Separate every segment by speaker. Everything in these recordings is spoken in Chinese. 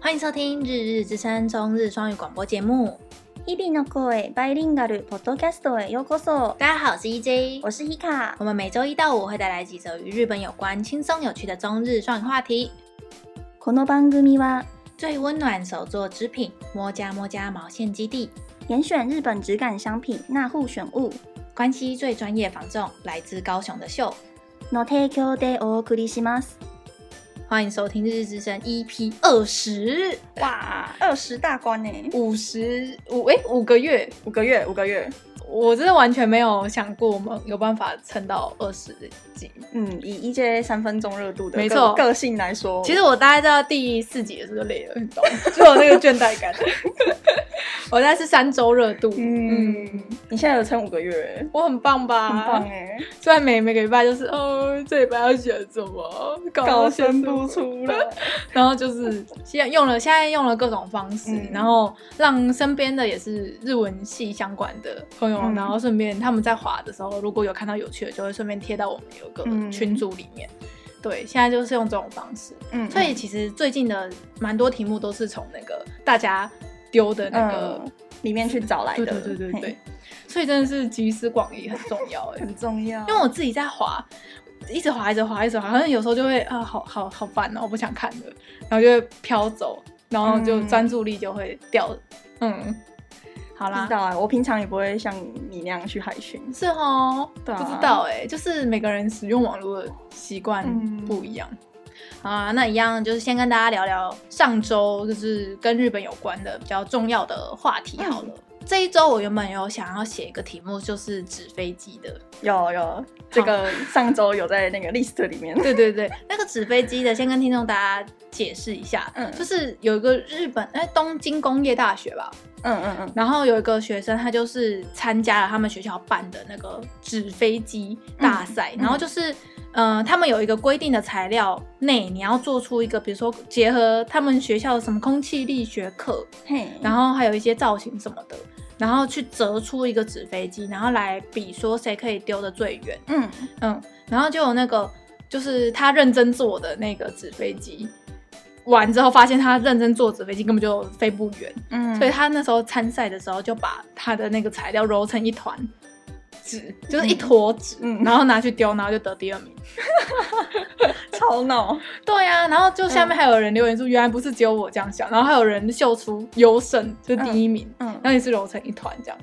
Speaker 1: 欢迎收听《日日之声》中日双语广播节目。
Speaker 2: 日々の声バイリンガルポッドキャストへようこそ。
Speaker 1: 大家好，我是 EJ，
Speaker 2: 我是 Hika，
Speaker 1: 我们每周一到五会带来几则与日本有关、轻松有趣的中日双语话题。
Speaker 2: この番組は
Speaker 1: 最温暖手作织品摸家摸家毛线基地，
Speaker 2: 严选日本质感商品那户选物
Speaker 1: 关西最专业防重，来自高雄的秀。
Speaker 2: の提供でお送りします。
Speaker 1: 欢迎收听《日日之声》EP 二十
Speaker 2: 哇，二十大关呢、
Speaker 1: 五十五哎五个月，
Speaker 2: 五个月，五个月。
Speaker 1: 我真的完全没有想过我们有办法撑到二十集。
Speaker 2: 嗯，以 EJ 三分钟热度的
Speaker 1: 没错
Speaker 2: 个个性来说，
Speaker 1: 其实我大概到第四集的时候就累了，你 懂，就有那个倦怠感。我大概是三周热度，
Speaker 2: 嗯
Speaker 1: 嗯，
Speaker 2: 你现在有撑五个月，
Speaker 1: 我很棒吧？
Speaker 2: 很棒哎、
Speaker 1: 虽然每每个礼拜就是，哦，这礼拜要选什么，
Speaker 2: 高
Speaker 1: 啊高
Speaker 2: 声
Speaker 1: 深
Speaker 2: 不
Speaker 1: 不，
Speaker 2: 出了。
Speaker 1: 然后就是现在用了，现在用了各种方式，
Speaker 2: 嗯
Speaker 1: 然后让身边的也是日文系相关的朋友，
Speaker 2: 嗯
Speaker 1: 然后顺便他们在滑的时候，如果有看到有趣的，就会顺便贴到我们有个
Speaker 2: 嗯
Speaker 1: 群组里面。对，现在就是用这种方式。
Speaker 2: 嗯
Speaker 1: 所以其实最近的蛮多题目都是从那个大家丢的那个，
Speaker 2: 嗯里面去找来
Speaker 1: 对
Speaker 2: 的，
Speaker 1: 对对对
Speaker 2: 嘿
Speaker 1: 对，，所以真的是集思广益很重要哎、
Speaker 2: 很重要。
Speaker 1: 因为我自己在滑，一直滑一直滑一直滑，好像有时候就会啊好好好烦哦，我不想看了，然后就会飘走，然后就
Speaker 2: 嗯
Speaker 1: 专注力就会掉，嗯，好
Speaker 2: 不
Speaker 1: 啦
Speaker 2: 知。道啊，我平常也不会像你那样去海巡。
Speaker 1: 是哦，
Speaker 2: 对啊
Speaker 1: 不知道哎、就是每个人使用网络的习惯
Speaker 2: 嗯
Speaker 1: 不一样。好啊，那一样就是先跟大家聊聊上周就是跟日本有关的比较重要的话题好
Speaker 2: 嗯
Speaker 1: 了。这一周我原本有想要写一个题目，就是纸飞机的。
Speaker 2: 有有，这个上周有在那个 list 里面。
Speaker 1: 对对对， 那个纸飞机的，先跟听众大家解释一下，
Speaker 2: 嗯
Speaker 1: 就是有一个日本哎东京工业大学吧，
Speaker 2: 嗯嗯嗯，
Speaker 1: 然后有一个学生，他就是参加了他们学校办的那个纸飞机大赛，
Speaker 2: 嗯嗯
Speaker 1: 然后就是。呃，他们有一个规定的材料内，你要做出一个，比如说结合他们学校什么空气力学课，
Speaker 2: 嘿，
Speaker 1: 然后还有一些造型什么的，然后去折出一个纸飞机，然后来比说谁可以丢得最远。
Speaker 2: 嗯，
Speaker 1: 嗯，然后就有那个就是他认真做的那个纸飞机，完之后发现他认真做纸飞机根本就飞不远，
Speaker 2: 嗯，
Speaker 1: 所以他那时候参赛的时候就把他的那个材料揉成一团纸，就是一坨纸，
Speaker 2: 嗯
Speaker 1: 然后拿去丢，然后就得第二名。
Speaker 2: 超闹，
Speaker 1: 对呀、然后就下面还有人留言说，原来不是只有我这样想，然后还有人秀出优胜，就是第一名，
Speaker 2: 嗯。
Speaker 1: 然后也是揉成一团这样，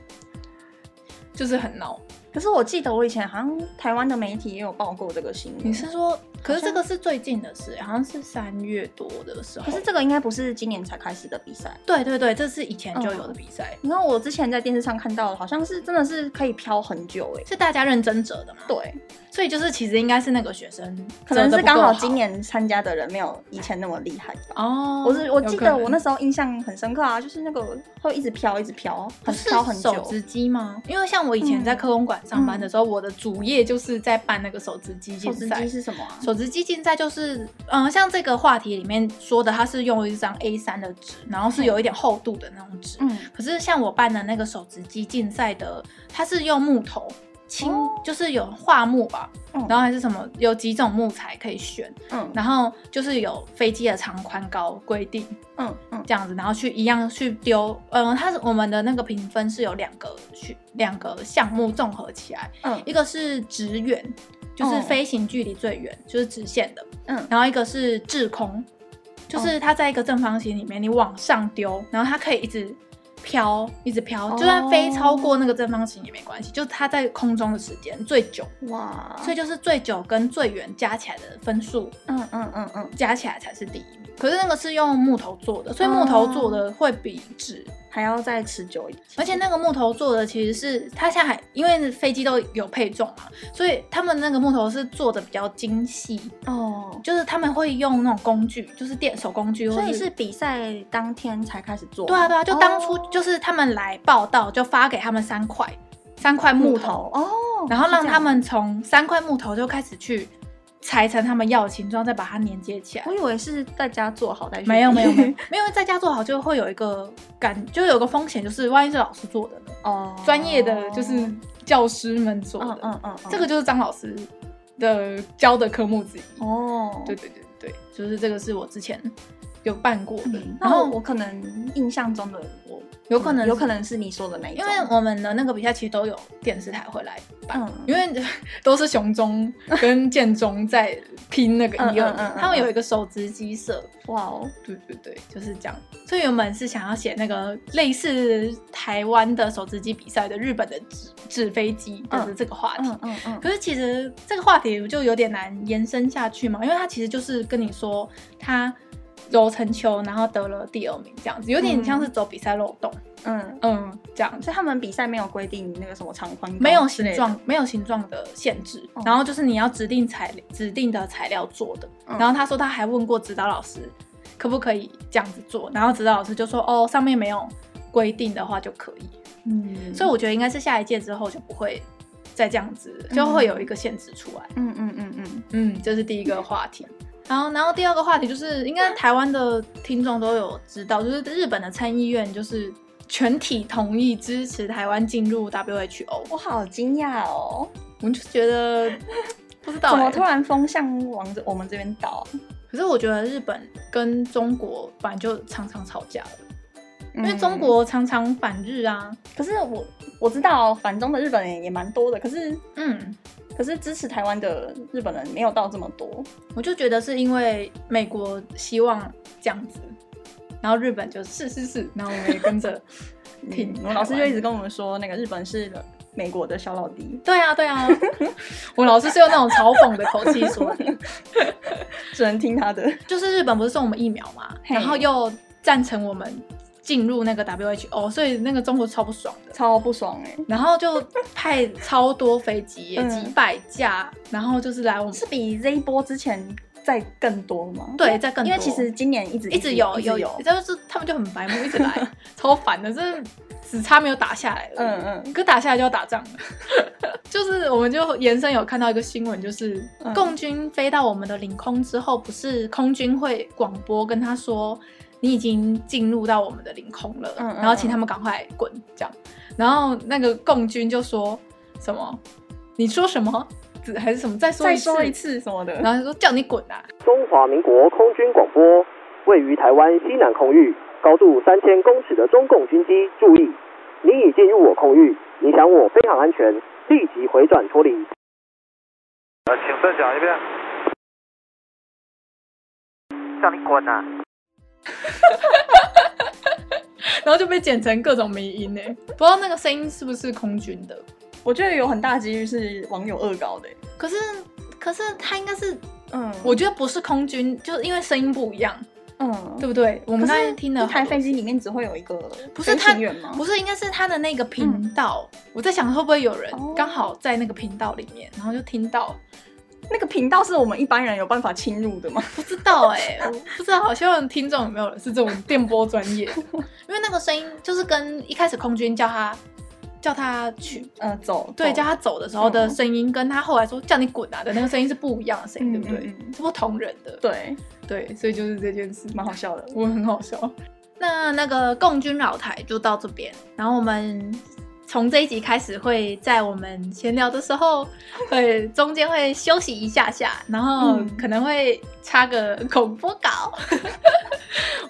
Speaker 1: 就是很闹。
Speaker 2: 可是我记得我以前好像台湾的媒体也有报过这个新闻。
Speaker 1: 你是？说，可是
Speaker 2: 好
Speaker 1: 这
Speaker 2: 像
Speaker 1: 个是最近的事，好像是三月多的时候。
Speaker 2: 可是这个应该不是今年才开始的比赛。
Speaker 1: 对对对，这是以前就有的比赛，
Speaker 2: 你看我之前在电视上看到的，好像是真的是可以飘很久哎、
Speaker 1: 是大家认真折的嘛？，
Speaker 2: 对，
Speaker 1: 所以就是其实应该是那个学生折得不够，
Speaker 2: 可能是刚好今年参加的人没有以前那么厉害吧。
Speaker 1: 哦，
Speaker 2: 我是我记得我那
Speaker 1: 时
Speaker 2: 时候印象很深刻啊，就是那个会一直飘一直飘，
Speaker 1: 候
Speaker 2: 很飘很久嗯
Speaker 1: 手。指机吗？因为像我以前在科工馆上班的时候，我的主业就是在办那个手指机竞
Speaker 2: 手指
Speaker 1: 赛
Speaker 2: 机。是什么啊？
Speaker 1: 手指机竞赛就是，嗯、像这个话题里面说的，它是用一张 A 3的纸，然后是有一点厚度的那种纸，
Speaker 2: 嗯，
Speaker 1: 可是像我办的那个手指机竞赛的，它是用木头青，
Speaker 2: 哦
Speaker 1: 就是有桦木吧，
Speaker 2: 嗯
Speaker 1: 然后还是什么，有几种木材可以选，
Speaker 2: 嗯
Speaker 1: 然后就是有飞机的长宽高规定
Speaker 2: 嗯嗯
Speaker 1: 这样子，然后去一样去丢，嗯，它是我们的那个评分是有两个去两个项目综合起来，
Speaker 2: 嗯
Speaker 1: 一个是直远，就是
Speaker 2: 哦
Speaker 1: 飞行距离最远，就是直线的，
Speaker 2: 嗯
Speaker 1: 然后一个是滞空，就是它在一个正方形里面，你往上丢，然后它可以一直飘，一直飘，
Speaker 2: 哦
Speaker 1: 就算飞超过那个正方形也没关系，就是它在空中的时间最久，
Speaker 2: 嗯，哇，
Speaker 1: 所以就是最久跟最远加起来的分数
Speaker 2: 嗯嗯嗯嗯，
Speaker 1: 加起来才是第一名。可是那个是用木头做的，所以木
Speaker 2: 哦
Speaker 1: 头做的会比纸，
Speaker 2: 还要再持久一点，
Speaker 1: 而且那个木头做的其实是它现在还因为飞机都有配重嘛，所以他们那个木头是做的比较精细，
Speaker 2: 哦，
Speaker 1: 就是他们会用那种工具，就是电手工具，或
Speaker 2: 所以是比赛当天才开始做吗，
Speaker 1: 对啊对啊，就当初
Speaker 2: 哦
Speaker 1: 就是他们来报道，就发给他们三块三块木
Speaker 2: 木
Speaker 1: 头，
Speaker 2: 头哦，
Speaker 1: 然后
Speaker 2: 是
Speaker 1: 让
Speaker 2: 这样
Speaker 1: 他。们从三块木头就开始去裁成他们要的形状，再把它连接起来
Speaker 2: 我。以为是在家做好再去，
Speaker 1: 没有没有 没有没有，在家做好就会有一个感，就有个风险，就是万一是老师做的呢？
Speaker 2: 哦，
Speaker 1: 专业的就是教师们做
Speaker 2: 嗯
Speaker 1: 的，
Speaker 2: 嗯嗯，
Speaker 1: 这个就是张老师的教的科目之一。
Speaker 2: 哦，
Speaker 1: 对对对对，就是这个是我之前有办过的，
Speaker 2: 然
Speaker 1: 然
Speaker 2: 后
Speaker 1: 后
Speaker 2: 嗯我可能印象中的我，
Speaker 1: 有可能
Speaker 2: 有可能是你说的那一
Speaker 1: 因
Speaker 2: 种，
Speaker 1: 为我们的那个比赛其实都有电视台会来办，
Speaker 2: 嗯
Speaker 1: 因为 都是雄中跟建中在拼那个
Speaker 2: 嗯
Speaker 1: 一二
Speaker 2: 嗯嗯嗯，
Speaker 1: 他们有一个手职鸡社，
Speaker 2: 哇哦，
Speaker 1: 对对对，就是这样。所以原本是想要写那个类似台湾的手指机比赛的日本的纸纸飞机，就是这个话题。
Speaker 2: 嗯嗯嗯，
Speaker 1: 可是其实这个话题就有点难延伸下去嘛，因为它其实就是跟你说他揉成球，然后得了第二名这样子，有点像是走比赛漏洞，
Speaker 2: 嗯，
Speaker 1: 嗯，这样子。
Speaker 2: 所以他们比赛没有规定那个什么长宽高
Speaker 1: 没有
Speaker 2: 之
Speaker 1: 形
Speaker 2: 类的，
Speaker 1: 状，没有形状的限制。
Speaker 2: 哦
Speaker 1: 然后就是你要指定材指定的材料做的。
Speaker 2: 嗯
Speaker 1: 然后他说他还问过指导老师，可不可以这样子做？然后指导老师就说哦，上面没有规定的话就可以。
Speaker 2: 嗯，
Speaker 1: 所以我觉得应该是下一届之后就不会再这样子，就会有一个限制出来。
Speaker 2: 嗯嗯嗯嗯，
Speaker 1: 嗯，这是第一个话题。然后，然后第二个话题就是，应该台湾的听众都有知道，就是日本的参议院就是全体同意支持台湾进入 WHO。
Speaker 2: 我好惊讶哦，
Speaker 1: 我们就觉得不知道、
Speaker 2: 怎么
Speaker 1: 欸，
Speaker 2: 突然风向往着我们这边倒啊？
Speaker 1: 可是我觉得日本跟中国本来就常常吵架了，
Speaker 2: 因
Speaker 1: 因为中国常常反日啊。
Speaker 2: 嗯可是我我知道反中的日本人也蛮多的，可是
Speaker 1: 嗯，
Speaker 2: 可是支持台湾的日本人没有到这么多。嗯
Speaker 1: 我就觉得是因为美国希望这样子，然后日本就是是是，然后我们也跟 着挺。
Speaker 2: 我老师就一直跟我们说，那个日本是美国的小老弟，
Speaker 1: 对啊，对啊， 我老师是用那种嘲讽的口气说的，
Speaker 2: 只能听他的。
Speaker 1: 就是日本不是送我们疫苗嘛，
Speaker 2: 嘿
Speaker 1: 然后又赞成我们进入那个 WHO，所以那个中国超不爽的。
Speaker 2: 超不爽哎、
Speaker 1: 然后就派超多飞机耶，
Speaker 2: 嗯
Speaker 1: 几百架，然后就是来我们
Speaker 2: 是比这一波之前再更多吗？
Speaker 1: 对再更多
Speaker 2: 因为其实今年一直
Speaker 1: 一直有
Speaker 2: 一直
Speaker 1: 有
Speaker 2: 有，
Speaker 1: 就是他们就很白目，一直来，超烦的，真的只差没有打下来了。
Speaker 2: 嗯嗯
Speaker 1: 可打下来就要打仗了， 就是我们就延伸有看到一个新闻，就是、
Speaker 2: 嗯
Speaker 1: 共军飞到我们的领空之后，不是空军会广播跟他说你已经进入到我们的领空了，
Speaker 2: 嗯嗯
Speaker 1: 然后请他们赶快滚这样，然后那个共军就说什么你说什么只还是什么再说
Speaker 2: 再
Speaker 1: 一次，
Speaker 2: 说一次什么的，
Speaker 1: 然后他说叫你滚啊，
Speaker 3: 中华民国空军广播，位于台湾西南空域，高度三千公尺的中共军机，注意，你已进入我空域，影响我飞行安全，立即回转脱离。
Speaker 4: 呃，请再讲一遍。叫你滚啊！
Speaker 1: 然后就被剪成各种迷音呢、不知道那个声音是不是空军的。
Speaker 2: 我觉得有很大几率是网友恶搞的欸、
Speaker 1: 可是，可是他应该是，
Speaker 2: 嗯，
Speaker 1: 我觉得不是空军，就是因为声音不一样，
Speaker 2: 嗯，
Speaker 1: 对不对？我
Speaker 2: 我
Speaker 1: 们刚才听了
Speaker 2: 一台
Speaker 1: 好多
Speaker 2: 飞机里面只会有一个
Speaker 1: 不是
Speaker 2: 飞
Speaker 1: 他
Speaker 2: 行员吗？
Speaker 1: 不是，应该是他的那个频道。我在想会不会有人
Speaker 2: 嗯哦
Speaker 1: 刚好在那个频道里面，然后就听到，
Speaker 2: 那个频道是我们一般人有办法侵入的吗？
Speaker 1: 不知道 哎、我不知道，好希望听众有没有人是这种电波专业的，因为那个声音就是跟一开始空军叫他叫他去
Speaker 2: 呃，走，
Speaker 1: 对，
Speaker 2: 走
Speaker 1: 叫他走的时候的
Speaker 2: 嗯
Speaker 1: 声音，跟他后来说叫你滚啊的那个声音是不一样的声音，
Speaker 2: 嗯
Speaker 1: 对不对？
Speaker 2: 嗯嗯
Speaker 1: 是不同人的。
Speaker 2: 对，
Speaker 1: 对，所以就是这件事，
Speaker 2: 蛮好笑的。
Speaker 1: 我很好笑。 那那个共军老台就到这边，然后我们从这一集开始会在我们闲聊的时候，会中间会休息一下下，然后
Speaker 2: 嗯
Speaker 1: 可能会插个口播稿。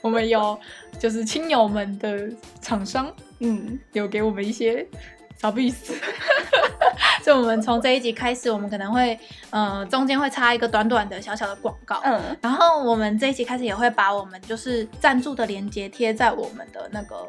Speaker 1: 我们有就是亲友们的厂商
Speaker 2: 嗯，
Speaker 1: 有给我们一些 小意思。所以，我们从这一集开始，我们可能会，呃，中间会插一个短短的小小的广告，
Speaker 2: 嗯，
Speaker 1: 然后我们这一期开始也会把我们就是赞助的链接贴在我们的那个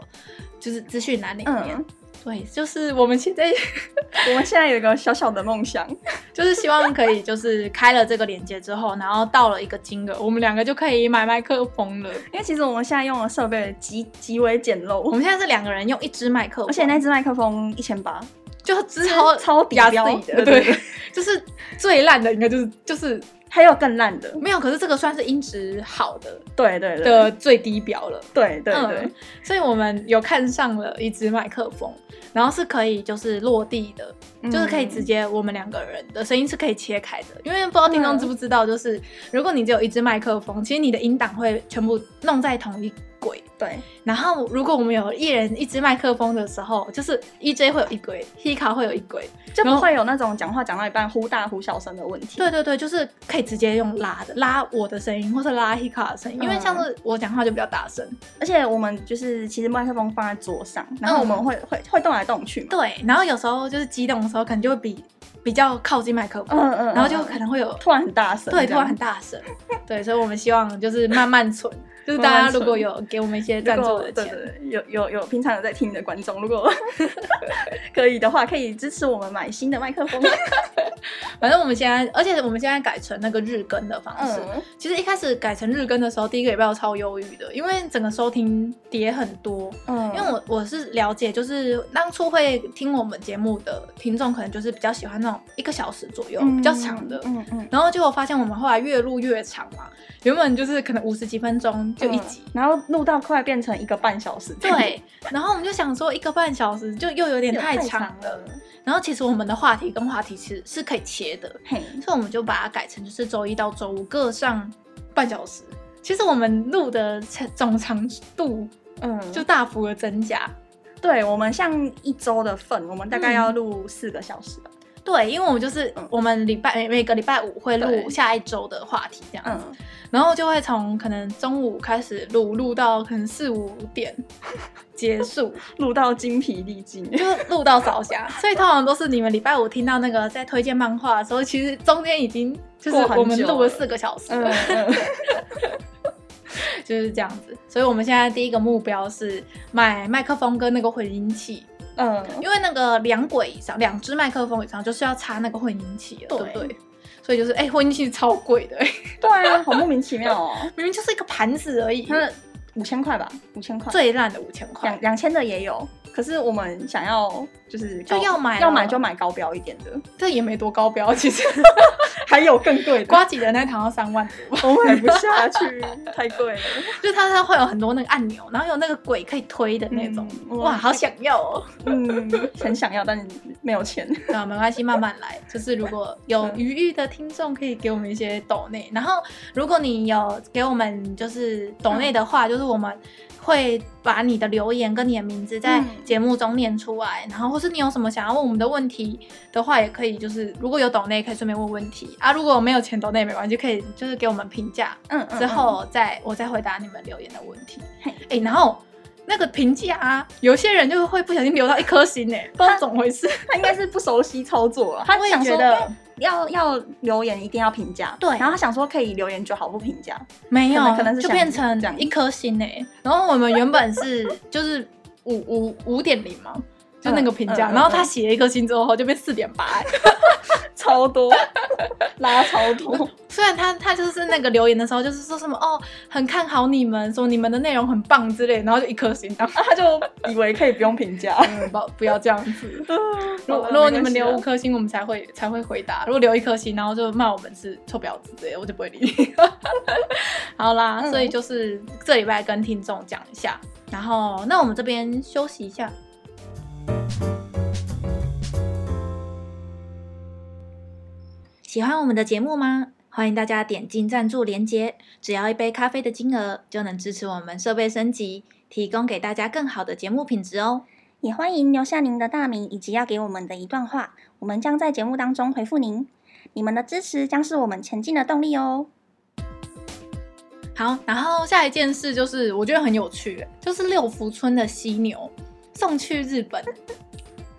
Speaker 1: 就是资讯栏里面。
Speaker 2: 嗯
Speaker 1: 对，就是我们现在
Speaker 2: 我们现在有一个小小的梦想，
Speaker 1: 就是希望可以就是开了这个链接之后，然后到了一个金额，我们两个就可以买麦克风了。
Speaker 2: 因为其实我们现在用的设备极极为简
Speaker 1: 我
Speaker 2: 陋，
Speaker 1: 们现在是两个人用一支麦克风，
Speaker 2: 而且那支麦克风一千八，
Speaker 1: 就只
Speaker 2: 超超底
Speaker 1: 压
Speaker 2: 标
Speaker 1: 自己的，
Speaker 2: 对对
Speaker 1: 对，就是最烂的应该就是就是
Speaker 2: 还有更烂的，
Speaker 1: 没有，可是这个算是音质好的
Speaker 2: 对对对，
Speaker 1: 的最低标了。
Speaker 2: 对对
Speaker 1: 嗯
Speaker 2: 对，
Speaker 1: 所以我们有看上了一支麦克风，然后是可以就是落地的，
Speaker 2: 嗯
Speaker 1: 就是可以直
Speaker 2: 接
Speaker 1: 接我们两个人的声音是可以切开的，因为不知道听众知不知道，就是如果你只有一支麦克风，其实你的音档会全部弄在同一轨。
Speaker 2: 对，
Speaker 1: 然后如果我们有一人一支麦克风的时候，就是 EJ 会有一轨，Hika 会有一轨。
Speaker 2: 就
Speaker 1: 然
Speaker 2: 不
Speaker 1: 后
Speaker 2: 会有那种讲话讲到一半忽大忽小声的问题。
Speaker 1: 对对对，就是可以直接用拉的，拉我的声音，或是拉 Hika 的声音，因为像是我讲话就比较大声。
Speaker 2: 而且我们就是其实麦克风放在桌上，
Speaker 1: 嗯
Speaker 2: 然后我们会、会会动来动去嘛。
Speaker 1: 对，然后有时候就是激动的时候，可能就会比比较靠近麦克风，
Speaker 2: 嗯嗯嗯
Speaker 1: 然后就可能会有
Speaker 2: 突然很大声，
Speaker 1: 对
Speaker 2: 这
Speaker 1: 突
Speaker 2: 样
Speaker 1: 然很大声，对，所以我们希望就是慢慢存，就是大
Speaker 2: 慢
Speaker 1: 家如
Speaker 2: 慢存
Speaker 1: 果有给我们一些
Speaker 2: 如
Speaker 1: 赞助
Speaker 2: 果
Speaker 1: 的
Speaker 2: 对
Speaker 1: 钱，
Speaker 2: 对对，有有有平常有在听的观众，如果可以的话，可以支持我们买新的麦克 风。
Speaker 1: 反正我们现在，而且我们现在改成那个日更的方式。
Speaker 2: 嗯，
Speaker 1: 其实一开始改成日更的时候，第一个礼拜我超忧郁的，因为整个收听跌很多。
Speaker 2: 嗯，
Speaker 1: 因为我我是了解，就是当初会听我们节目的听众，可能就是比较喜欢那种一个小时左右、
Speaker 2: 嗯
Speaker 1: 比较长的。
Speaker 2: 嗯嗯，
Speaker 1: 然后结果发现我们后来越录越长嘛，原本就是可能五十几分钟就一集，
Speaker 2: 嗯，然后录到快变成一个半小时。
Speaker 1: 对，然后我们就想说一个半小时就又有点
Speaker 2: 有
Speaker 1: 太
Speaker 2: 太
Speaker 1: 长了。
Speaker 2: 长了，
Speaker 1: 然后其实我们的话题跟话题其实是可以切的，
Speaker 2: 嘿，
Speaker 1: 所以我们就把它改成就是周一到周五各上半小时。其实我们录的总长度
Speaker 2: 嗯，
Speaker 1: 就
Speaker 2: 就
Speaker 1: 大幅的增加。
Speaker 2: 对我们像一周的份，我们大概
Speaker 1: 嗯
Speaker 2: 要录四个小时吧。
Speaker 1: 对，因为我们就是
Speaker 2: 嗯
Speaker 1: 我们礼拜每每个礼拜五会录
Speaker 2: 对
Speaker 1: 下一周的话题这样子，
Speaker 2: 嗯，
Speaker 1: 然后就会从可能中午开始录，录到可能四五点结 束，
Speaker 2: 录到精疲力 尽。
Speaker 1: 就是录到早霞。所以通常都是你们礼拜五听到那个在推荐漫画的时候，其实中间已经就是
Speaker 2: 过很
Speaker 1: 我们
Speaker 2: 久
Speaker 1: 录了
Speaker 2: 了
Speaker 1: 四个小时
Speaker 2: 嗯
Speaker 1: 了，
Speaker 2: 嗯，
Speaker 1: 就是这样子。所以我们现在第一个目标是买麦克风跟那个混音器，
Speaker 2: 嗯，
Speaker 1: 因为那个两轨以上，两只麦克风以上就是要插那个混音器了，对不
Speaker 2: 对
Speaker 1: 对？所以就是，哎、混音器超贵的、哎
Speaker 2: 对啊，好莫名其妙哦。
Speaker 1: 明明就是一个盘子而已，
Speaker 2: 它五千块吧，五千块，
Speaker 1: 最烂的五千块
Speaker 2: 两，两千的也有。可是我们想要就是
Speaker 1: 就
Speaker 2: 高
Speaker 1: 要买了
Speaker 2: 要买就买高标一点的，
Speaker 1: 这也没多高标，其实
Speaker 2: 还有更贵的，
Speaker 1: 瓜几的那堂要三万多，
Speaker 2: 我买不下去，太贵了。
Speaker 1: 就它它会有很多那个按钮，然后有那个鬼可以推的那种，
Speaker 2: 嗯
Speaker 1: 哇，
Speaker 2: 哇
Speaker 1: 好想要哦。
Speaker 2: 嗯，很想要，但是没有钱。
Speaker 1: 那没关系，慢慢来。就是如果有余裕的听众，可以给我们一些抖内。然后，如果你有给我们就是抖内的话，嗯就是我们会把你的留言跟你的名字在
Speaker 2: 嗯
Speaker 1: 节目中念出来。然后，或是你有什么想要问我们的问题的话，也可以就是如果有抖内，可以顺便问问题啊。如果没有钱抖内也没关系，可以就是给我们评价，
Speaker 2: 嗯，嗯
Speaker 1: 之后再我再回答你们留言的问题。哎
Speaker 2: 嘿、
Speaker 1: 然后。那个评价啊，有些人就会不小心留到一颗星呢、哎不知道怎么回事。
Speaker 2: 嗯他应该是不熟悉操作了，他
Speaker 1: 我也
Speaker 2: 想
Speaker 1: 觉
Speaker 2: 说
Speaker 1: 得
Speaker 2: 哎要要留言一定要评价，
Speaker 1: 对
Speaker 2: 然后他想说可以留言就好，不评价，
Speaker 1: 没有，
Speaker 2: 可能可能是
Speaker 1: 就
Speaker 2: 想
Speaker 1: 变成
Speaker 2: 这样
Speaker 1: 一颗星诶、然后我们原本是就是五五五点零嘛，就那个评价，
Speaker 2: 嗯嗯
Speaker 1: 然后他写了一颗星之后就变四点八。哎
Speaker 2: 超多拉 超多，
Speaker 1: 虽然他他就是那个留言的时候，就是说什么哦，很看好你们，说你们的内容很棒之类，然后就一颗星，然后
Speaker 2: 他就以为可以不用评价。
Speaker 1: 嗯不不要这样子。如
Speaker 2: 好
Speaker 1: 果
Speaker 2: 了
Speaker 1: 如果你
Speaker 2: 没关
Speaker 1: 们
Speaker 2: 系啊
Speaker 1: 留
Speaker 2: 啦
Speaker 1: 五颗星，我们才会才会回答；如果留一颗星，然后就骂我们是臭婊子之类的，我就不会理你。 好啦，
Speaker 2: 嗯
Speaker 1: 所以就是这礼拜跟听众讲一下，然后那我们这边休息一下。喜欢我们的节目吗？欢迎大家点进赞助连接，只要一杯咖啡的金额，就能支持我们设备升级，提供给大家更好的节目品质哦。
Speaker 2: 也欢迎留下您的大名以及要给我们的一段话，我们将在节目当中回复您。你们的支持将是我们前进的动力哦。
Speaker 1: 好，然后下一件事就是我觉得很有趣，就是六福村的犀牛送去日本，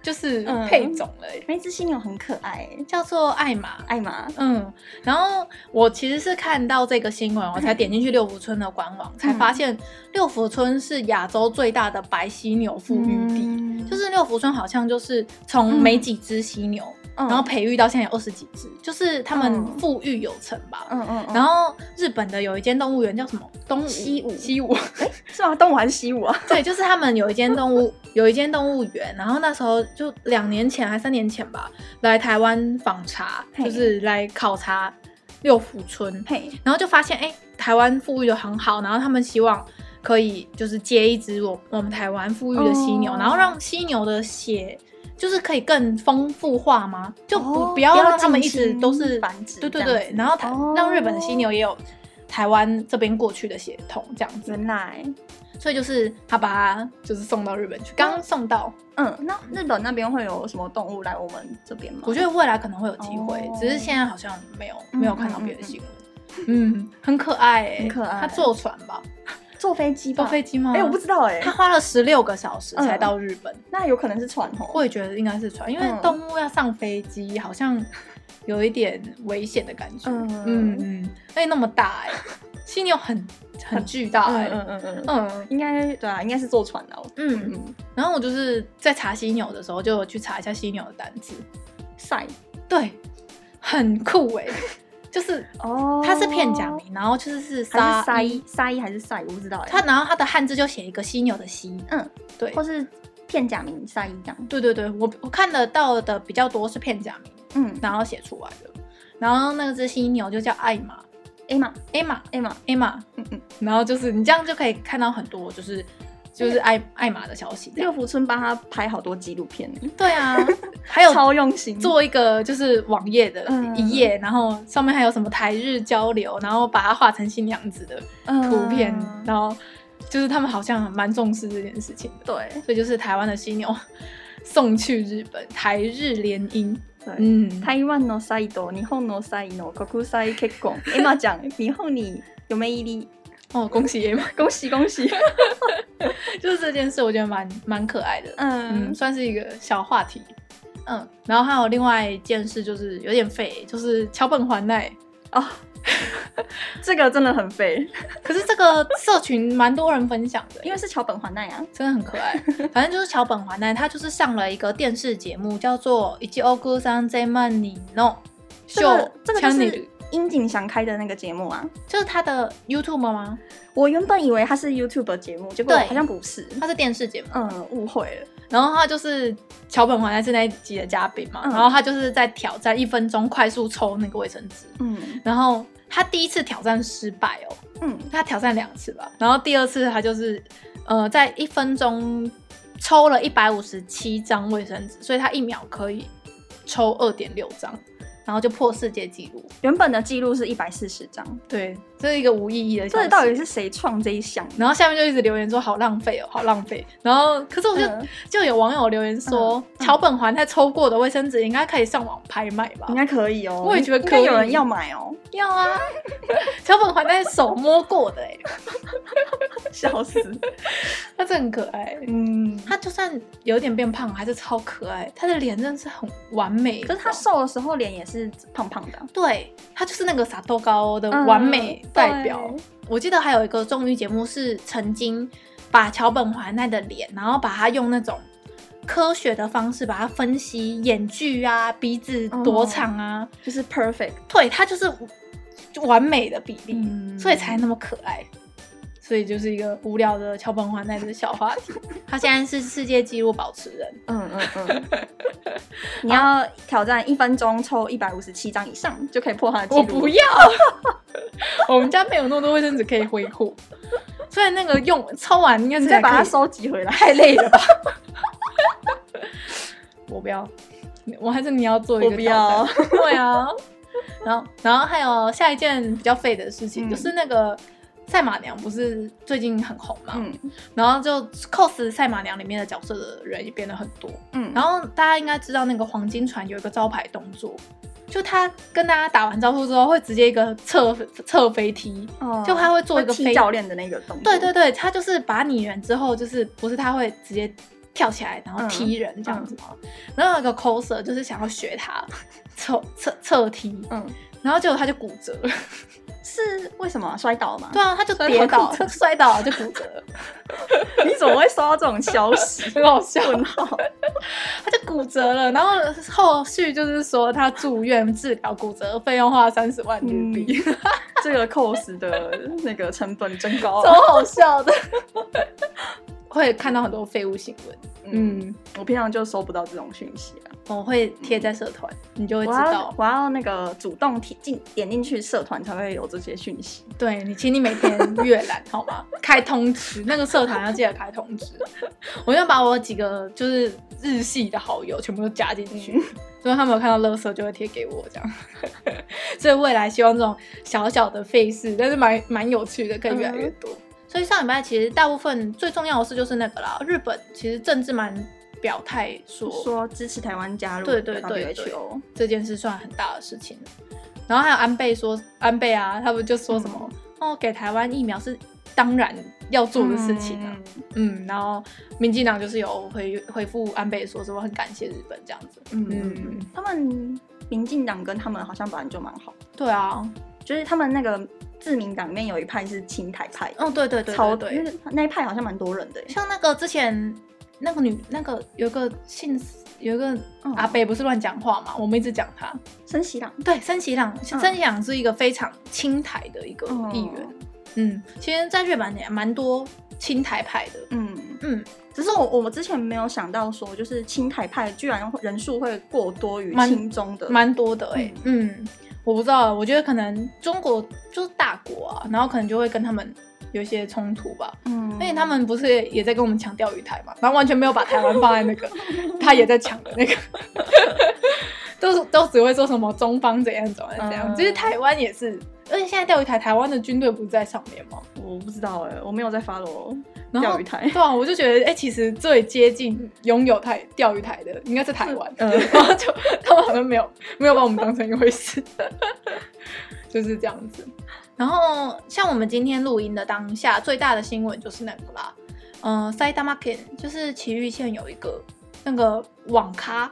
Speaker 1: 就是
Speaker 2: 嗯
Speaker 1: 配种了耶、
Speaker 2: 那只犀牛很可爱，
Speaker 1: 叫做艾玛。
Speaker 2: 艾玛。
Speaker 1: 嗯，然后我其实是看到这个新闻，我才点进去六福村的官网，
Speaker 2: 嗯
Speaker 1: 才发现六福村是亚洲最大的白犀牛
Speaker 2: 富
Speaker 1: 富裕地。
Speaker 2: 地
Speaker 1: 就是六福村好像就是从没几只犀牛，
Speaker 2: 嗯
Speaker 1: 然后培育到现在有二十几只，就是他们
Speaker 2: 嗯
Speaker 1: 富裕有成吧。
Speaker 2: 嗯嗯，
Speaker 1: 然
Speaker 2: 后
Speaker 1: 后日本的有一间动物园叫什么东武
Speaker 2: 西武
Speaker 1: 西武，
Speaker 2: 是吗？动物还是西武啊？
Speaker 1: 对，就是他们有一间动 物有一间动物园，然后那时候就两年前还三年前吧，来台湾访查，
Speaker 2: 嘿
Speaker 1: 就是来考察六福村，
Speaker 2: 嘿，
Speaker 1: 然后就发现哎、诶台湾富裕的很好，然后他们希望可以就是接一只我我们台湾富裕的犀牛，
Speaker 2: 哦
Speaker 1: 然后让犀牛的血。就是可以更丰富化吗？就不、
Speaker 2: 哦
Speaker 1: 不要
Speaker 2: 不要
Speaker 1: 让他们一
Speaker 2: 近
Speaker 1: 直
Speaker 2: 亲
Speaker 1: 都是
Speaker 2: 繁殖
Speaker 1: 对对
Speaker 2: 这样
Speaker 1: 对
Speaker 2: 子，
Speaker 1: 然后它、让日本的犀牛也有台湾这边过去的血统这样子，
Speaker 2: 原来，
Speaker 1: 所以就是他把他就是送到日本去，刚送到，
Speaker 2: 嗯，那日本那边会有什么动物来我们这边吗？
Speaker 1: 我觉得未来可能会有机会，
Speaker 2: 哦
Speaker 1: 只是现在好像没有
Speaker 2: 嗯
Speaker 1: 没有看到别的新闻。嗯，很可爱、欸，
Speaker 2: 很可爱
Speaker 1: 他坐船吧，
Speaker 2: 坐飞机吧，
Speaker 1: 坐飞机吗？
Speaker 2: 哎、我不知道哎、
Speaker 1: 他花了十六个小时
Speaker 2: 嗯
Speaker 1: 才到日本，
Speaker 2: 那有可能是船哦。
Speaker 1: 我也觉得应该是船，因
Speaker 2: 嗯
Speaker 1: 为动物要上飞机，好像有一点危险的感觉。
Speaker 2: 嗯
Speaker 1: 嗯嗯，而且那么大哎、犀牛很很巨大哎、
Speaker 2: 嗯嗯嗯嗯，
Speaker 1: 嗯
Speaker 2: 应该对啊，应该是坐船的。
Speaker 1: 嗯，
Speaker 2: 嗯，
Speaker 1: 然后我就是在查犀牛的时候，就有去查一下犀牛的单字，
Speaker 2: 晒
Speaker 1: 对，很酷哎、就是
Speaker 2: 哦
Speaker 1: 它是片假名，然后就是是
Speaker 2: 还
Speaker 1: 沙
Speaker 2: 是晒晒还是晒？我不知道哎、
Speaker 1: 它然后它的汉字就写一个犀牛的犀，
Speaker 2: 嗯，
Speaker 1: 对，
Speaker 2: 或是片假名晒这样。
Speaker 1: 对对对，我我看得到的比较多是片假名，
Speaker 2: 嗯，
Speaker 1: 然后写出来的，然后那只犀牛就叫艾玛
Speaker 2: 艾玛
Speaker 1: 艾玛
Speaker 2: 艾玛，
Speaker 1: 艾玛，
Speaker 2: 嗯嗯，
Speaker 1: 然后就是你这样就可以看到很多就是就是艾艾玛的消息这样，
Speaker 2: 六福村帮他拍好多纪录片，
Speaker 1: 对 啊，还有
Speaker 2: 超用心。
Speaker 1: 做一个就是网页的
Speaker 2: 嗯
Speaker 1: 一页，然后上面还有什么台日交流，然后把它画成新娘子的图片，
Speaker 2: 嗯
Speaker 1: 然后就是他们好像蛮重视这件事情的，
Speaker 2: 对
Speaker 1: 所以就是台湾的犀牛送去日本，台日联姻，
Speaker 2: 对。
Speaker 1: 嗯，
Speaker 2: 台湾のサイド、日本のサイの国際結婚。艾 玛讲，日本に嫁入り，
Speaker 1: 哦， 恭喜爷们，
Speaker 2: 恭喜恭 喜。
Speaker 1: 就是这件事，我觉得蛮蛮可爱的，
Speaker 2: 嗯
Speaker 1: 嗯，，算是一个小话题。嗯，然后还有另外一件事，就是有点废，就是桥本环奈，
Speaker 2: 哦，这个真的很肥，
Speaker 1: 可是这个社群蛮多人分享的，
Speaker 2: 因为是桥本环奈啊。
Speaker 1: 真的很可 爱。反正就是桥本环奈，她就是上了一个电视节目，叫做《一季欧姑桑在曼尼诺秀
Speaker 2: 这》个这个就
Speaker 1: チャンネ
Speaker 2: 是
Speaker 1: ル
Speaker 2: 樱井翔开的那个节目啊。
Speaker 1: 就是她的 YouTube 吗？
Speaker 2: 我原本以为它是 YouTube 节目，结果
Speaker 1: 对
Speaker 2: 好像不是。
Speaker 1: 她是电视节目，
Speaker 2: 嗯，误会了。
Speaker 1: 然后她就是桥本环奈是那一集的嘉宾嘛，
Speaker 2: 嗯
Speaker 1: 然后她就是在挑战一分钟快速抽那个卫生纸，
Speaker 2: 嗯
Speaker 1: 然后她第一次挑战失败哦，
Speaker 2: 嗯，
Speaker 1: 她挑战两次吧，然后第二次她就是呃在一分钟抽了一百五十七张卫生纸，所以她一秒可以抽二点六张，然后就破世界纪录。
Speaker 2: 原本的记录是一百四十张，
Speaker 1: 对，这是一个无意义的消
Speaker 2: 这
Speaker 1: 息。
Speaker 2: 到底是谁创这一项？
Speaker 1: 然后下面就一直留言说好浪费哦，好浪费。然后可是我就、
Speaker 2: 嗯
Speaker 1: 就有网友留言说
Speaker 2: 嗯，嗯
Speaker 1: 桥、本环在抽过的卫生纸应该可以上网拍卖吧
Speaker 2: 应？该可以哦，
Speaker 1: 我也觉得
Speaker 2: 应该
Speaker 1: 可以
Speaker 2: 有人要买哦，
Speaker 1: 要啊，桥本环在手摸过的哎、
Speaker 2: 笑死。
Speaker 1: 他真的很可爱。
Speaker 2: 嗯，
Speaker 1: 他就算有点变胖，还是超可爱。他的脸真的是很完美，
Speaker 2: 可是他瘦的时候脸也是胖胖的啊，
Speaker 1: 对他就是那个撒豆糕的完美代表。
Speaker 2: 嗯对
Speaker 1: 我记得还有一个综艺节目是曾经把桥本环奈的脸，然后把它用那种科学的方式把它分析眼距啊、鼻子多长啊，
Speaker 2: 就是 perfect。
Speaker 1: 对，它就是完美的比例，
Speaker 2: 嗯
Speaker 1: 所以才那么可爱。所以就是一个无聊的桥本环奈的小话 题。他现在是世界纪录保持人。
Speaker 2: 嗯嗯嗯， 你要挑战一分钟抽一百五十七张以上，就可以破他的记录。
Speaker 1: 我不要， 我们家没有那么多卫生纸可以挥霍，所以那个用抽完应该是
Speaker 2: 你再把它
Speaker 1: 收，
Speaker 2: 收集回来。
Speaker 1: 太累了吧？我不要，我还是你要做一个
Speaker 2: 我不要
Speaker 1: 挑战，对啊。然后，然后还有下一件比较废的事情，
Speaker 2: 嗯
Speaker 1: 就是那个赛马娘不是最近很红嘛，
Speaker 2: 嗯
Speaker 1: 然后就 cos 赛马娘里面的角色的人也变得很多，
Speaker 2: 嗯，
Speaker 1: 然后大家应该知道那个黄金船有一个招牌动作，就他跟大家打完招呼之后，会直接一个侧侧飞踢，
Speaker 2: 哦
Speaker 1: 就他会做一个
Speaker 2: 踢
Speaker 1: 飞
Speaker 2: 教练的那个动作。
Speaker 1: 对对对，他就是把你人之后，就是不是他会直接跳起来然后踢人这样子吗？然后有一个 coser 就是想要学 他侧侧侧踢，
Speaker 2: 嗯，
Speaker 1: 然后结果他就骨折了。
Speaker 2: 是为什么啊摔倒吗？
Speaker 1: 对啊，他就跌倒，
Speaker 2: 摔倒骨折
Speaker 1: 他摔倒了就骨折了，
Speaker 2: 你怎么会收到这种消 息？
Speaker 1: 很好笑。
Speaker 2: 问号。
Speaker 1: 他就骨折了，然后后续就是说他住院治疗骨折费用花了三十万日币。
Speaker 2: 这个 cos 的那个成本真 高
Speaker 1: 超
Speaker 2: 啊！
Speaker 1: 好笑的，会看到很多废物新闻。嗯，
Speaker 2: 我平常就收不到这种讯息啊。
Speaker 1: 我会贴在社团，你就会知
Speaker 2: 我要
Speaker 1: 道。
Speaker 2: 我要那个主动提进点进去社团才会有这些讯息。
Speaker 1: 对你，请你每天阅览好吗？开通知，那个社团要记得开通知。我要把我几个就是日系的好友全部都加进去，所以他们有看到垃圾就会贴给我这样。 所以未来希望这种小小的费事，但是蛮蛮有趣的，可以越来越多。所以上礼拜其实大部分最重要的事就是那个啦，日本其实政治蛮表态说
Speaker 2: 说支持台湾加入
Speaker 1: 对对对
Speaker 2: WHO，
Speaker 1: 这件事算很大的事情。然后还有安倍说，安倍啊，他们就说什么、哦，给台湾疫苗是当然要做的事情啊。嗯然后民进党就是有回回复安倍说什么很感谢日本这样子。
Speaker 2: 嗯嗯
Speaker 1: 嗯
Speaker 2: 嗯，他们民进党跟他们好像本来就蛮好，
Speaker 1: 对啊，
Speaker 2: 就是他们那个自民党里面有一派是亲台派，
Speaker 1: 哦对对对
Speaker 2: 超
Speaker 1: 对对，
Speaker 2: 那那一派好像蛮多人的耶，
Speaker 1: 像那个之前那个女那个有一个姓有一个哦
Speaker 2: 嗯
Speaker 1: 阿北不是乱讲话嘛，我们一直讲他。
Speaker 2: 森喜朗，
Speaker 1: 对，森喜朗，森喜朗是一个非常亲台的一个
Speaker 2: 嗯
Speaker 1: 议员。嗯，其实，在日本也蛮多亲台派的。
Speaker 2: 嗯。
Speaker 1: 嗯，
Speaker 2: 只是我我之前没有想到说，就是亲台派居然会人数会过多于
Speaker 1: 蛮
Speaker 2: 亲中的，
Speaker 1: 蛮多的哎、嗯，我不知道，我觉得可能中国就是大国啊，然后可能就会跟他们有一些冲突吧。
Speaker 2: 嗯，
Speaker 1: 而且他们不是也在跟我们抢钓鱼台嘛，然后完全没有把台湾放在 那个他也在抢的那个， 都是都只会说什么中方怎样怎样怎样，
Speaker 2: 嗯
Speaker 1: 其实台湾也是，而且现在钓鱼台台湾的军队不是在上面吗？
Speaker 2: 我不知道哎、我没有在 follow
Speaker 1: 然后
Speaker 2: 钓鱼台
Speaker 1: 对啊，我就觉得，哎、其实最接近拥有台钓鱼台的应该是台湾，
Speaker 2: 嗯
Speaker 1: 然后就他们好像没有没有把我们当成一回事， 就是这样子。然后像我们今天录音的当下，最大的新闻就是那个啦，嗯、呃，埼玉県就是埼玉县有一个那个网咖，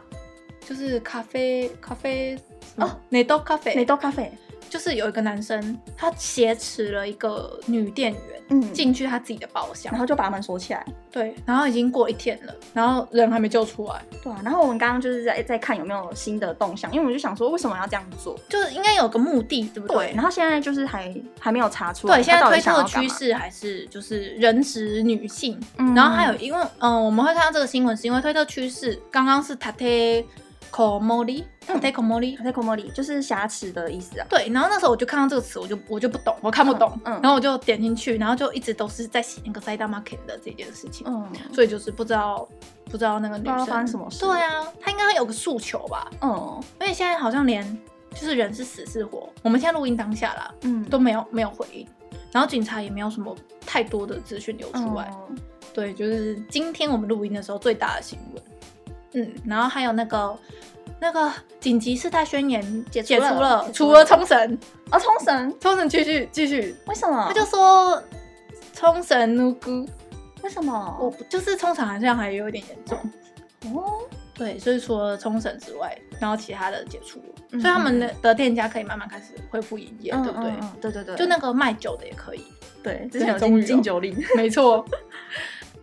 Speaker 1: 就是咖啡咖啡
Speaker 2: 哦
Speaker 1: 哦，内豆咖啡，
Speaker 2: 美豆咖啡，
Speaker 1: 就是有一个男生他挟持了一个女店员
Speaker 2: 嗯，
Speaker 1: 进去他自己的包厢
Speaker 2: 然。后就把门锁起来。
Speaker 1: 对，然后已经过一天了，然后人还没救出来，
Speaker 2: 对啊，然后我们刚刚就是在在看有没有新的动向，因为我们就想说为什么要这样做。
Speaker 1: 就是应该有个目的，对不
Speaker 2: 对，
Speaker 1: 对？
Speaker 2: 然后现在就是还还没有查出来，
Speaker 1: 对，现在
Speaker 2: 他到
Speaker 1: 推
Speaker 2: 底想
Speaker 1: 测
Speaker 2: 要
Speaker 1: 的趋势还是就是人质女性，
Speaker 2: 干嘛，嗯
Speaker 1: 然后还有因为嗯、呃我们会看到这个新闻是因为推特趋势，刚刚是 tate komori
Speaker 2: 嗯
Speaker 1: tate komori，、
Speaker 2: 在 o m o r i 就是瑕疵的意思啊。
Speaker 1: 对，然后那时候我就看到这个词，我就我就不懂，我看不懂，
Speaker 2: 嗯嗯
Speaker 1: 然后我就点进去，然后就一直都是在写那个 side market 的这件事情，
Speaker 2: 嗯
Speaker 1: 所以就是不知道不知道那个女
Speaker 2: 不知道
Speaker 1: 生
Speaker 2: 发生什么事
Speaker 1: 对啊，她应该有个诉求吧，
Speaker 2: 嗯
Speaker 1: 而且现在好像连就是人是死是活，我们现在录音当下啦，
Speaker 2: 嗯，
Speaker 1: 都没有没有回应，然后警察也没有什么太多的资讯流出来。
Speaker 2: 嗯
Speaker 1: 对，就是今天我们录音的时候最大的新闻。嗯，然后还有那个那个紧急事态宣言
Speaker 2: 解除
Speaker 1: 除
Speaker 2: 了
Speaker 1: 了，
Speaker 2: 解除
Speaker 1: 除
Speaker 2: 了
Speaker 1: 了冲绳，
Speaker 2: 啊，冲绳
Speaker 1: 冲绳继续继续，
Speaker 2: 为什么？
Speaker 1: 他就说冲绳奴姑，
Speaker 2: 为什么？
Speaker 1: 我就是冲绳好像还有一点严重。
Speaker 2: 哦，
Speaker 1: 对，所以除了冲绳之外，然后其他的解除了，
Speaker 2: 嗯
Speaker 1: 所以他们的的店家可以慢慢开始恢复营业，对不对？
Speaker 2: 嗯嗯嗯对对对，
Speaker 1: 就那个卖酒的也可以，
Speaker 2: 对，之前有
Speaker 1: 终于
Speaker 2: 禁
Speaker 1: 有
Speaker 2: 禁酒令，
Speaker 1: 没错。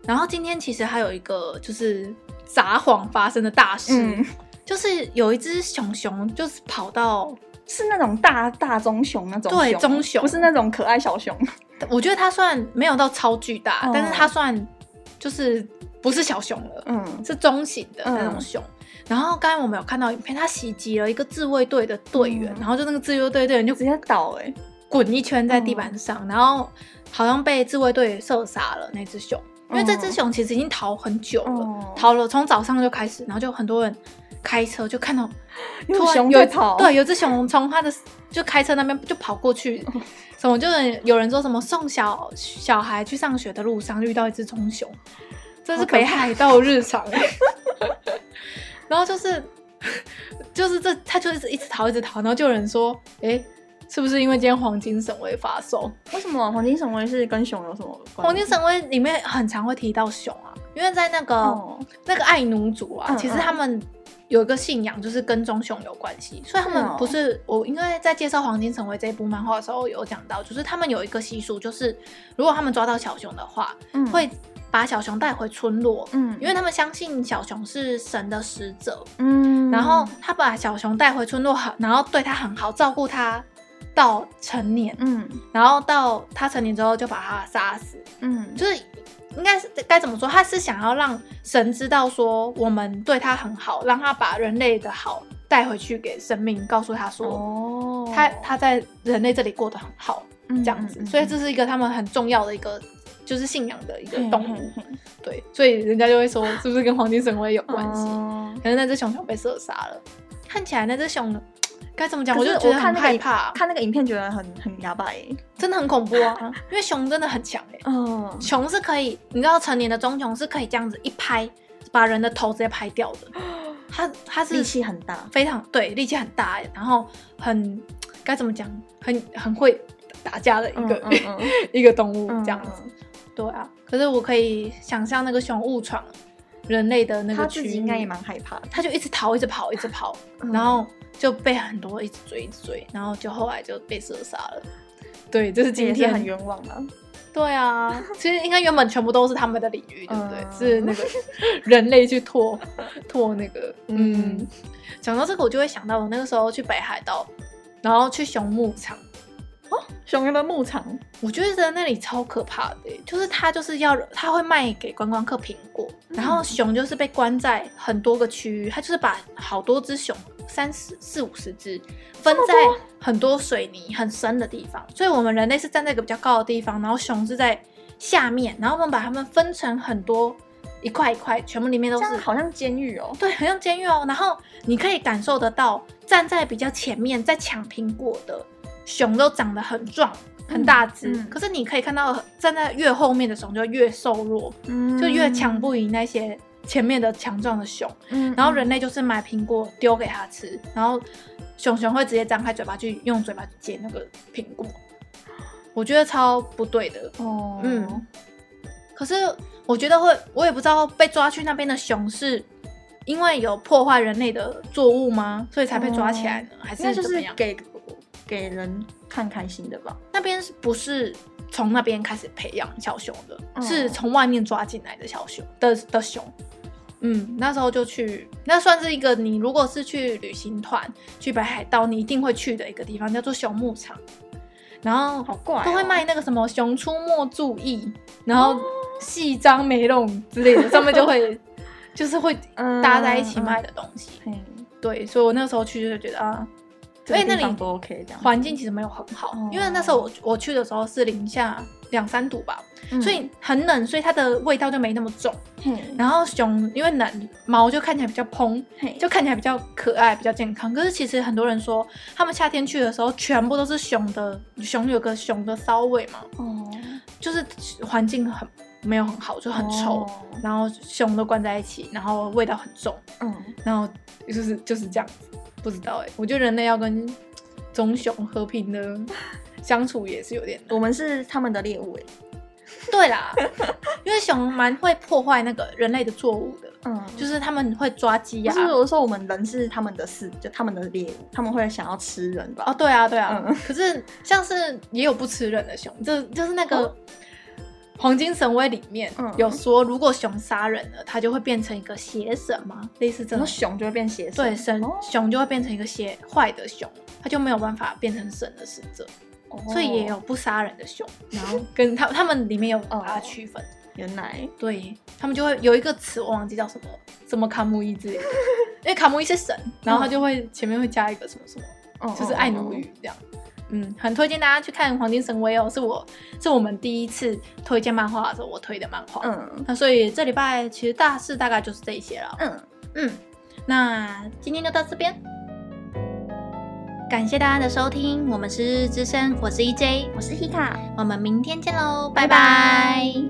Speaker 1: 然后今天其实还有一个就是撒谎发生的大事，
Speaker 2: 嗯，
Speaker 1: 就是有一只熊熊就是跑到，
Speaker 2: 是那种大大棕熊那种熊，
Speaker 1: 对棕熊
Speaker 2: 不是那种可爱小熊，
Speaker 1: 我觉得它算没有到超巨大，
Speaker 2: 哦
Speaker 1: 但是它算就是不是小熊了，
Speaker 2: 嗯，
Speaker 1: 是中型的
Speaker 2: 嗯
Speaker 1: 那种熊。然后刚才我们有看到影片，它袭击了一个自卫队的队员，
Speaker 2: 嗯
Speaker 1: 然后就那个自卫队队员就
Speaker 2: 直接倒哎、
Speaker 1: 滚一圈在地板上，然后好像被自卫队射杀了那只熊，因为这只熊其实已经逃很久了，
Speaker 2: 嗯
Speaker 1: 逃了从早上就开始，然后就很多人开车就看到
Speaker 2: 有
Speaker 1: 突然
Speaker 2: 熊
Speaker 1: 有
Speaker 2: 在跑，
Speaker 1: 对，有只熊从他的就开车那边就跑过去，
Speaker 2: 哦
Speaker 1: 什么就是有人说什么送小小孩去上学的路上遇到一只棕熊，这是
Speaker 2: 好可怕
Speaker 1: 北海道日常、欸 然后就是就是这他就是一直逃一直逃，然后就有人说，哎、是不是因为今天黄金神威发售？
Speaker 2: 为什么黄金神威是跟熊有什么关系？
Speaker 1: 黄金神威里面很常会提到熊啊，因为在那个、
Speaker 2: 哦，
Speaker 1: 那个爱奴族啊，
Speaker 2: 嗯
Speaker 1: 其实他们有一个信仰，就是跟棕熊有关系，所以他
Speaker 2: 是哦
Speaker 1: 们不是、我，因为在介绍《黄金神威》这一部漫画的时候有讲到，就是他们有一个习俗，就是如果他们抓到小熊的话，
Speaker 2: 嗯
Speaker 1: 会把小熊带回村落，
Speaker 2: 嗯，
Speaker 1: 因为他们相信小熊是神的使者，
Speaker 2: 嗯，
Speaker 1: 然后他把小熊带回村落，然后对他很好，照顾他。到成年，
Speaker 2: 嗯
Speaker 1: 然后到他成年之后就把他杀死，
Speaker 2: 嗯，
Speaker 1: 就是应该是该怎么说？他是想要让神知道说我们对他很好，让他把人类的好带回去给生命，告诉他说、
Speaker 2: 哦嗯
Speaker 1: 他他在人类这里过得很好
Speaker 2: 这
Speaker 1: 这样子。所以这是一个他们很重要的一个就是信仰的一个动物，对，所以人家就会说是不是跟黄金神威有关系？
Speaker 2: 系。
Speaker 1: 可是那只熊熊被射杀了，看起来那只熊该怎么讲？
Speaker 2: 可
Speaker 1: 就是觉得
Speaker 2: 我
Speaker 1: 很
Speaker 2: 看那个
Speaker 1: 害
Speaker 2: 影
Speaker 1: 怕，
Speaker 2: 看那个影片觉得很很欸牙白，
Speaker 1: 真的很恐怖啊！因为熊真的很强哎、
Speaker 2: 嗯，
Speaker 1: 熊是可以，你知道成年的棕熊是可以这样子一拍，把人的头直接拍掉 的。它它
Speaker 2: 力
Speaker 1: 是
Speaker 2: 气很大，
Speaker 1: 非常对，力气很大，欸然后很该怎么讲，很很会打架的一个、
Speaker 2: 嗯
Speaker 1: 一个动物
Speaker 2: 嗯
Speaker 1: 这样子。对啊，可是我可以想象那个熊误闯人类的那
Speaker 2: 他
Speaker 1: 个区
Speaker 2: 自
Speaker 1: 域，
Speaker 2: 己应该也蛮嗯害怕的，
Speaker 1: 它就一直逃，一直跑，一直跑，然后就被很多一直追，一直追，然后就后来就被射杀了。对，这是今
Speaker 2: 也是
Speaker 1: 天
Speaker 2: 很冤枉啊。
Speaker 1: 对 啊，其实应该原本全部都是他们的领域，对不对？
Speaker 2: 嗯
Speaker 1: 是那个 人类去拓拓那个，嗯
Speaker 2: 嗯。
Speaker 1: 讲到这个，我就会想到我那个时候去北海道，然后去熊牧场，
Speaker 2: 熊的牧场，
Speaker 1: 我觉得那里超可怕的、欸就是它就是要它会卖给观光客苹果，
Speaker 2: 嗯
Speaker 1: 然后熊就是被关在很多个区域，它就是把好多只熊，三十四五十只分在很多水泥很深的地方，所以我们人类是站在一个比较高的地方，然后熊是在下面，然后我们把它们分成很多一块一块，全部里面都
Speaker 2: 这
Speaker 1: 是
Speaker 2: 样好像监狱哦。
Speaker 1: 对，很像监狱哦。然后你可以感受得到，站在比较前面在抢苹果的熊都长得很壮、很大只，
Speaker 2: 嗯嗯
Speaker 1: 可是你可以看到站在越后面的熊就越瘦弱，
Speaker 2: 嗯
Speaker 1: 就越抢不赢那些前面的强壮的熊。
Speaker 2: 嗯
Speaker 1: 然后人类就是买苹果丢给它吃，然后熊熊会直接张开嘴巴去用嘴巴去接那个苹果，我觉得超不对的。
Speaker 2: 哦，
Speaker 1: 嗯，可是我觉得会，我也不知道被抓去那边的熊是因为有破坏人类的作物吗？所以才被抓起来呢？还是
Speaker 2: 那就
Speaker 1: 怎么
Speaker 2: 是
Speaker 1: 样？
Speaker 2: 给给人看开心的吧。
Speaker 1: 那边是不是从那边开始培养小熊的？
Speaker 2: 嗯
Speaker 1: 是从外面抓进来的小熊的的熊。嗯，那时候就去，那算是一个你如果是去旅行团去北海道，你一定会去的一个地方，叫做熊牧场。然后
Speaker 2: 好怪哦
Speaker 1: 都会卖那个什么《熊出没注意》，然后细章梅龙之类的，上面就会 就是会
Speaker 2: 哦嗯
Speaker 1: 搭在一起卖的东西。
Speaker 2: 嘿，
Speaker 1: 对，所以我那时候去就觉得啊，
Speaker 2: 这个
Speaker 1: 哎那
Speaker 2: 地方
Speaker 1: 里
Speaker 2: 不 OK 这样子
Speaker 1: 环境其实没有很好，
Speaker 2: 哦
Speaker 1: 因为那时候我我去的时候是零下两三度吧，
Speaker 2: 嗯
Speaker 1: 所以很冷，所以它的味道就没那么重。
Speaker 2: 嘿
Speaker 1: 然后熊因为冷，毛就看起来比较蓬，
Speaker 2: 嘿
Speaker 1: 就看起来比较可爱、比较健康。可是其实很多人说，他们夏天去的时候，全部都是熊的，熊有个熊的骚味嘛，
Speaker 2: 哦
Speaker 1: 就是环境很没有很好，就很臭，
Speaker 2: 哦
Speaker 1: 然后熊都关在一起，然后味道很重，
Speaker 2: 嗯，
Speaker 1: 然后就是就是这样子，不知道哎、我觉得人类要跟棕熊和平的相处也是有点难。
Speaker 2: 我们是他们的猎物哎，
Speaker 1: 对啦， 因为熊蛮会破坏那个人类的作物的，
Speaker 2: 嗯，
Speaker 1: 就是是他们会抓鸡啊
Speaker 2: 不
Speaker 1: 呀、
Speaker 2: 是我说我们人是他们的事，就他们的猎物，他们会想要吃人吧？
Speaker 1: 哦，对啊，对啊。
Speaker 2: 嗯
Speaker 1: 可是像是也有不吃人的熊，就就是那个《黄金神威》里面、
Speaker 2: 嗯
Speaker 1: 有说，如果熊杀人了，它就会变成一个邪神嘛，类似这种
Speaker 2: 然后。熊就会变邪神，
Speaker 1: 对，神
Speaker 2: 哦
Speaker 1: 熊就会变成一个邪坏的熊，它就没有办法变成神的使者，
Speaker 2: 哦
Speaker 1: 所以也有不杀人的熊。然后跟他他们里面有把它区分，
Speaker 2: 原来
Speaker 1: 对他们就会有一个词，我忘记叫什么，什么卡姆伊之类的，因为卡姆伊是神，然后他就会前面会加一个什么什么。
Speaker 2: 哦
Speaker 1: 就是爱奴
Speaker 2: 语，
Speaker 1: 语这样。嗯，很推荐大家去看《黄金神威》哦，是我是我们第一次推荐漫画的时候我推的漫画。
Speaker 2: 嗯
Speaker 1: 那所以这礼拜其实大事大概就是这一些了。
Speaker 2: 嗯，
Speaker 1: 嗯，那今天就到这边，感谢大家的收听，我们是日日之声，我是 EJ，
Speaker 2: 我是 Hika，
Speaker 1: 我们明天见喽，拜
Speaker 2: 拜
Speaker 1: 拜
Speaker 2: 拜